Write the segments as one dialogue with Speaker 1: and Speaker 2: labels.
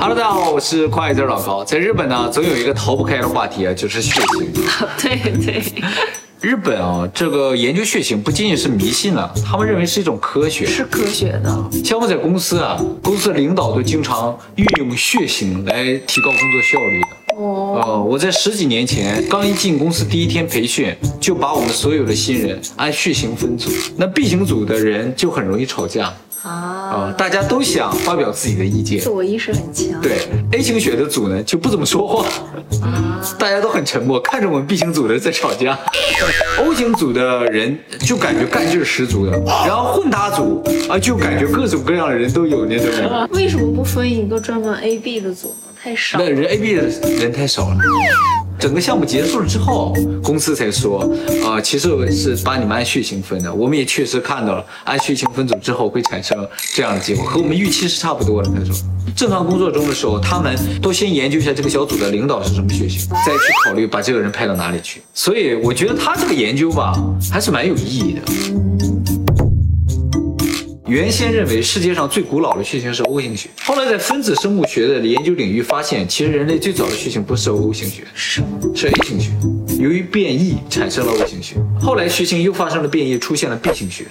Speaker 1: Hello，大家好，我是快字老高。在日本呢，总有一个逃不开的话题啊，就是血型。
Speaker 2: 对对，
Speaker 1: 日本啊，这个研究血型不仅仅是迷信了，他们认为是一种科学。
Speaker 2: 是科学的，
Speaker 1: 像我在公司啊，公司的领导都经常运用血型来提高工作效率的。哦、我在十几年前刚一进公司第一天培训，就把我们所有的新人按血型分组，那 B 型组的人就很容易吵架啊、大家都想发表自己的意见
Speaker 2: 自。我意识很强。啊
Speaker 1: 对 A 型血的组呢就不怎么说话，大家都很沉默，看着我们 B 型组的人在吵架。O 型组的人就感觉干劲儿十足的，然后混搭组啊就感觉各种各样的人都有那种。
Speaker 2: 为什么不分一个专门 A B 的组呢？太少
Speaker 1: 那。人 A B 的人太少了。整个项目结束了之后，公司才说，呃，其实我是把你们按血型分的。我们也确实看到了，按血型分组之后会产生这样的结果，和我们预期是差不多的。他说，正常工作中的时候，他们都先研究一下这个小组的领导是什么血型，再去考虑把这个人派到哪里去。所以我觉得他这个研究吧，还是蛮有意义的。原先认为世界上最古老的血型是 O 型血，后来在分子生物学的研究领域发现，其实人类最早的血型不是 O 型血，
Speaker 2: 是吗？
Speaker 1: 是 A 型血。由于变异产生了 O 型血，后来血型又发生了变异，出现了 B 型血，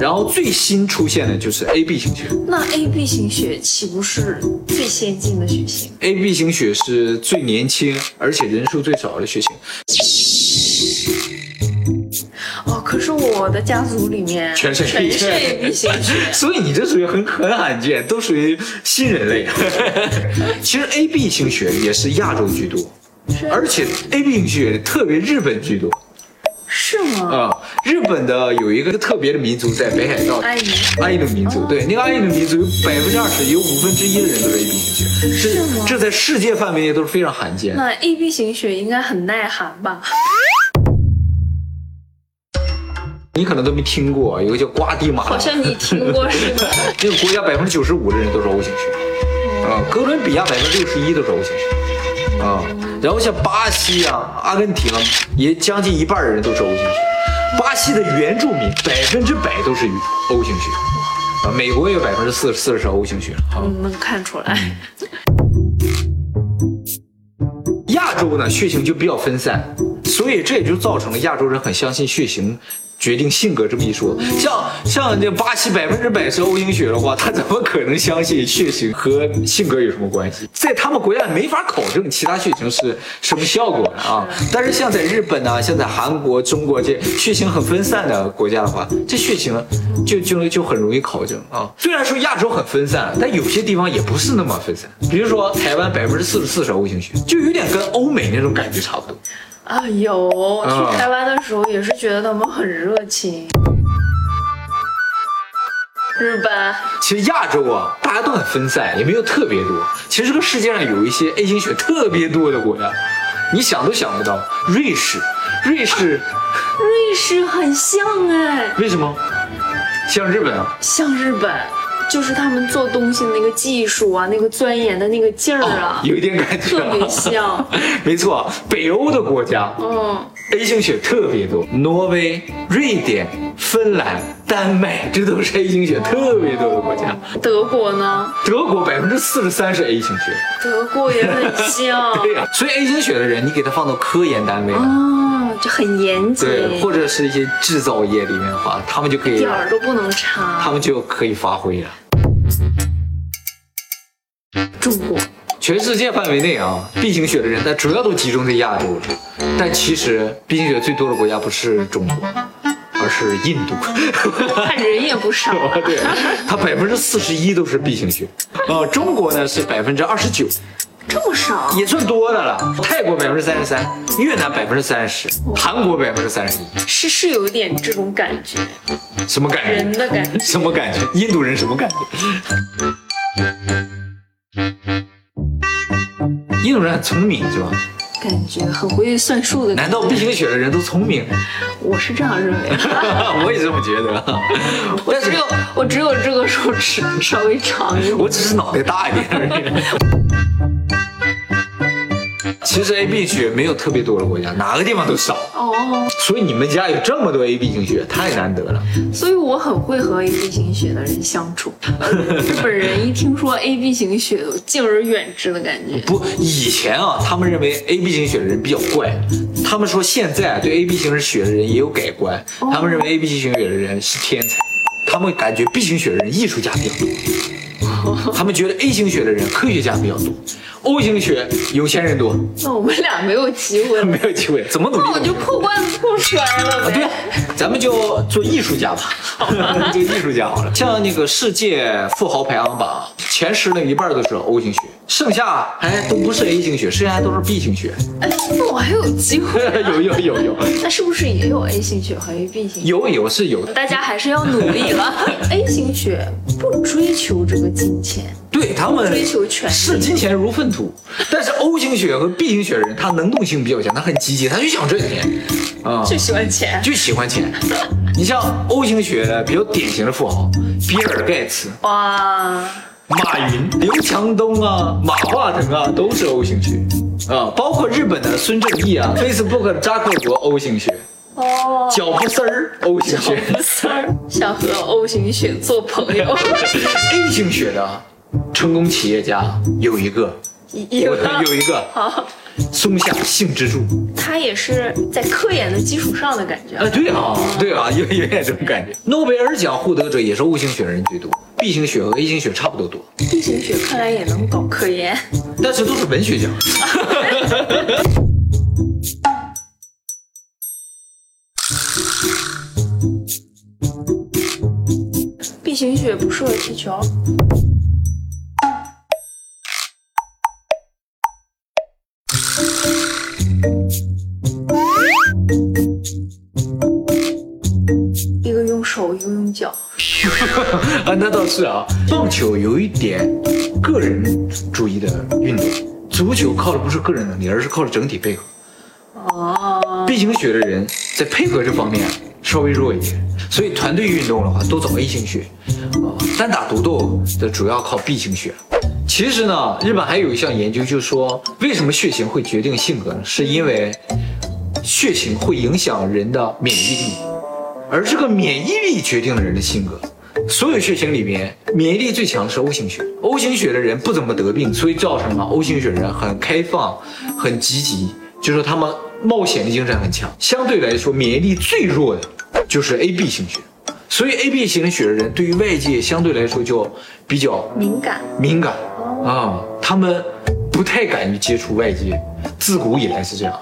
Speaker 1: 然后最新出现的就是 AB 型血。
Speaker 2: 那 A B 型血岂不是最先进的血型？
Speaker 1: AB 型血是最年轻而且人数最少的血型，
Speaker 2: 哦，可是我的家族里面
Speaker 1: 全是
Speaker 2: A
Speaker 1: AB 型血。
Speaker 2: B 型血
Speaker 1: 所以你这属于很很罕见，都属于新人 类。其实 AB 型血也是亚洲居多，而且 AB 型血特别日本居多。
Speaker 2: 是吗？
Speaker 1: 啊、日本的有一个特别的民族在北海道，
Speaker 2: 爱哦你
Speaker 1: 阿伊努民族，对，那个阿伊努民族有百分之二十，有五分之一的人都是 AB 型血，
Speaker 2: 是吗
Speaker 1: 这这在世界范围内都是非常罕见。
Speaker 2: 那 A B 型血应该很耐寒吧？
Speaker 1: 你可能都没听过，有个叫瓜地马拉，
Speaker 2: 好像你听过似的。
Speaker 1: 那个国家百分之九十五的人都是 O 型血，啊、哥伦比亚百分之六十一都是 O 型血，啊、然后像巴西啊、阿根廷啊，也将近一半的人都是 O 型血。巴西的原住民百分之百都是 O 型血，啊，美国也有百分之四四十是 O 型血啊。
Speaker 2: 嗯，能看出来。
Speaker 1: 亚洲呢血型就比较分散，所以这也就造成了亚洲人很相信血型。决定性格这么一说，像像这巴西百分之百是 O 型血的话，他怎么可能相信血型和性格有什么关系？在他们国家没法考证其他血型是什么效果的啊。但是像在日本呐、像在韩国、中国这血型很分散的国家的话，这血型呢就就就很容易考证啊。虽然说亚洲很分散，但有些地方也不是那么分散，比如说台湾百分之四十四是 O 型血，就有点跟欧美那种感觉差不多。
Speaker 2: 啊，有
Speaker 1: 啊
Speaker 2: 去台湾的时候也是觉得他们很热情。日本
Speaker 1: 其实亚洲啊，大家都很分散，也没有特别多。其实这个世界上有一些 A 型血特别多的国家，你想都想不到。瑞士，瑞士
Speaker 2: 瑞士很像哎，
Speaker 1: 为什么？像日本啊，
Speaker 2: 像日本，就是他们做东西的那个技术啊，那个钻研的那个劲儿啊，
Speaker 1: 哦有一点感觉、
Speaker 2: 特
Speaker 1: 啊，
Speaker 2: 别像。
Speaker 1: 没错，北欧的国家
Speaker 2: 嗯，
Speaker 1: A 型血特别多，挪威、瑞典、芬兰、丹麦，这都是 A 型血特别多的国家。
Speaker 2: 德国呢？
Speaker 1: 德国百分之四十三是 A 型血，
Speaker 2: 德国也很 像。
Speaker 1: 对呀、所以 A 型血的人，你给他放到科研单位啊，
Speaker 2: 啊，就很严谨，
Speaker 1: 对，或者是一些制造业里面的话，他们就可以
Speaker 2: 一点，儿都不能差
Speaker 1: 他。们就可以发挥了。
Speaker 2: 中国
Speaker 1: 全世界范围内啊，B 型血的人，但主要都集中在亚洲了。但其实 B 型血最多的国家不是中国，而是印度。
Speaker 2: 看人也不 少啊，
Speaker 1: 对，它百分之四十一都是 B 型血，呃，中国呢是百分之二十九，
Speaker 2: 这么少。
Speaker 1: 也算多的了。泰国百分之三十三，越南百分之三十，韩国百分之三十一，
Speaker 2: 是是有一点这种感觉，
Speaker 1: 什么感觉？
Speaker 2: 人的感觉。
Speaker 1: 什么感觉？印度人什么感觉？印度人很聪明是吧？
Speaker 2: 感觉很会算数的。
Speaker 1: 难道 B 型血的人都聪明？
Speaker 2: 我是这样认为？
Speaker 1: 我也这么觉得。
Speaker 2: 我只有我只有这个手指稍微长一点。
Speaker 1: 我只是脑袋大一点而已。 其实 AB 血没有特别多的国家，哪个地方都少，
Speaker 2: 哦，
Speaker 1: 所以你们家有这么多 AB 型血，太难得了。
Speaker 2: 所以我很会和 A B 型血的人相处。呃日 本人一听说 A B 型血，敬而远之的感觉。
Speaker 1: 不，以前啊，他们认为 AB 型血的人比较怪，他们说现在啊对 AB 型血的人也有改观，他们认为 AB 型血的人是天才，他们感觉 B 型血的人艺术家比较多，他们觉得 A 型血的人科学家比较多，O 型血有钱人多，
Speaker 2: 那我们俩没有机会了，
Speaker 1: 没有机会，怎么努力
Speaker 2: 那
Speaker 1: 都
Speaker 2: 我
Speaker 1: 没有
Speaker 2: 就破罐子破摔
Speaker 1: 啊，
Speaker 2: 了
Speaker 1: 对
Speaker 2: 呗。
Speaker 1: 啊，咱们就做艺术家吧， 做艺术家好了。像那个世界富豪排行榜前十的一半都是 O 型血，剩下还都不是 A 型血，剩下都是 B 型血。
Speaker 2: 哎，那我还有机会。 啊
Speaker 1: 有有有有
Speaker 2: 那是不是也有 A 型血和 AB 型 血？
Speaker 1: 有有是有的，
Speaker 2: 大家还是要努 力了。A 型血不追求这个金钱，
Speaker 1: 对他们
Speaker 2: 追求权利
Speaker 1: 视金钱如粪土，但是 O 型血和 B 型血人，他能动性比较强，他很积极，他就想挣钱，啊、
Speaker 2: 就喜欢钱。
Speaker 1: 就喜欢钱。你像 O 型血的比较典型的富豪，比尔盖茨。
Speaker 2: 哇，
Speaker 1: 马云、刘强东啊、马化腾啊，都是 O 型血啊，包括日本的孙正义啊、Facebook 的扎克伯 O 型血，
Speaker 2: 哦，
Speaker 1: 脚不丝儿 O 型血
Speaker 2: 丝儿想和 O 型血做朋友，
Speaker 1: ，A 型血的成功企业家有一个，
Speaker 2: 有
Speaker 1: 我有一个
Speaker 2: 好，
Speaker 1: 松下幸之助
Speaker 2: 他也是在科研的基础上的感觉。
Speaker 1: 啊，对啊，对啊，有有点这种感觉。诺贝尔奖获得者也是 O 型血的人居多，B 型血和 A 型血差不多多，
Speaker 2: B 型血看来也能搞科研，
Speaker 1: 但是都是文学奖。
Speaker 2: B 型血不适合踢球。一个用手，一个用脚。
Speaker 1: 啊，那倒是啊。棒球有一点个人主义的运动，足球靠的不是个人能力，而是靠的整体配合。
Speaker 2: 哦，
Speaker 1: B 型血的人在配合这方面稍微弱一点，所以团队运动的话都找 A 型血，啊、单打独斗的主要靠 B 型血。其实呢，日本还有一项研究，就是说为什么血型会决定性格呢？是因为血型会影响人的免疫力，而这个免疫力决定了人的性格。所有血型里面，免疫力最强的是 O 型血。O 型血的人不怎么得病，所以造成了 O 型血人很开放、很积极，就说他们冒险精神很强。相对来说，免疫力最弱的就是 AB 型血，所以 AB 型血的人对于外界相对来说就比较
Speaker 2: 敏感。
Speaker 1: 敏感
Speaker 2: 哦
Speaker 1: 啊，他们不太敢于接触外界，自古以来是这样。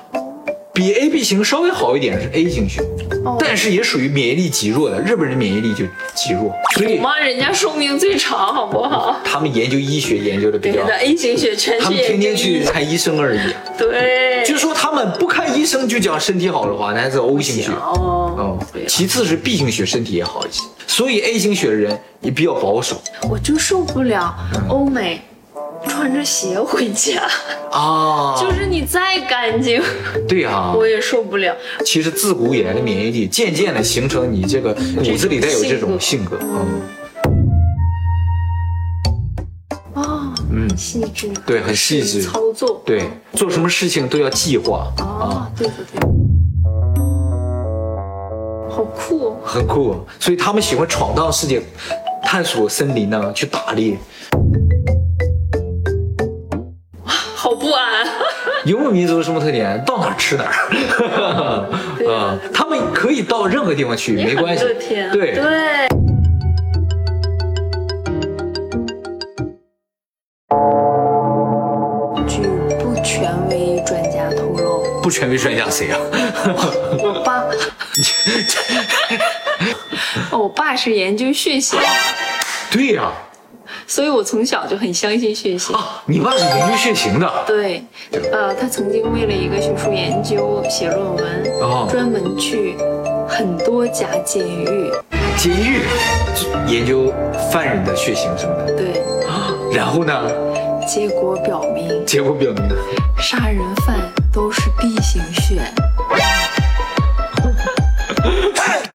Speaker 1: 比 AB 型稍微好一点是 A 型血，
Speaker 2: 哦
Speaker 1: 但是也属于免疫力极弱的。日本人免疫力就极弱，所以
Speaker 2: 妈，人家寿命最长，好不好？
Speaker 1: 他们研究医学研究的比
Speaker 2: 别
Speaker 1: 较，
Speaker 2: 的 A 型血全
Speaker 1: 啊他
Speaker 2: 是
Speaker 1: 们
Speaker 2: 眼
Speaker 1: 天天
Speaker 2: 睛
Speaker 1: 去看医生而已。
Speaker 2: 对，
Speaker 1: 就说他们不看医生就讲身体好的话，那还是 O 型血。
Speaker 2: 哦
Speaker 1: 哦，
Speaker 2: 对，了
Speaker 1: 其次是 B 型血，身体也好一些，所以 A 型血的人也比较保守
Speaker 2: 我就受不了
Speaker 1: 嗯
Speaker 2: 欧美穿着鞋回家，
Speaker 1: 啊。
Speaker 2: 就是你再干净，
Speaker 1: 对啊，
Speaker 2: 我也受不了。
Speaker 1: 其实自古以来的免疫力，渐渐的形成你这个骨子里带有这种性格。嗯，
Speaker 2: 哦，
Speaker 1: 嗯
Speaker 2: 细致，
Speaker 1: 对很细致
Speaker 2: 操作，
Speaker 1: 对，做什么事情都要计划啊
Speaker 2: 哦，，对对对，好酷哦。
Speaker 1: 很酷。所以他们喜欢闯荡世界，探索森林呢、去打猎。
Speaker 2: 好不安，
Speaker 1: 游牧民族有什么特点？到哪儿吃哪儿。
Speaker 2: 对
Speaker 1: 啊，他们可以到任何地方去，没 关系
Speaker 2: 也很乐天。啊
Speaker 1: 对，
Speaker 2: 对，据不权威专家透露，
Speaker 1: 不权威专家谁啊？
Speaker 2: 我爸，哦 我爸是研究血型，
Speaker 1: 对呀、
Speaker 2: 所以我从小就很相信血型
Speaker 1: 啊，。你爸是研究血型的。
Speaker 2: 对，呃，他曾经为了一个学术研究写论文，
Speaker 1: 哦
Speaker 2: 专门去很多家监狱，
Speaker 1: 监狱研究犯人的血型什么的。
Speaker 2: 对，
Speaker 1: 然后呢，
Speaker 2: 结果表明
Speaker 1: 结果表明。
Speaker 2: 杀人犯都是 B 型血，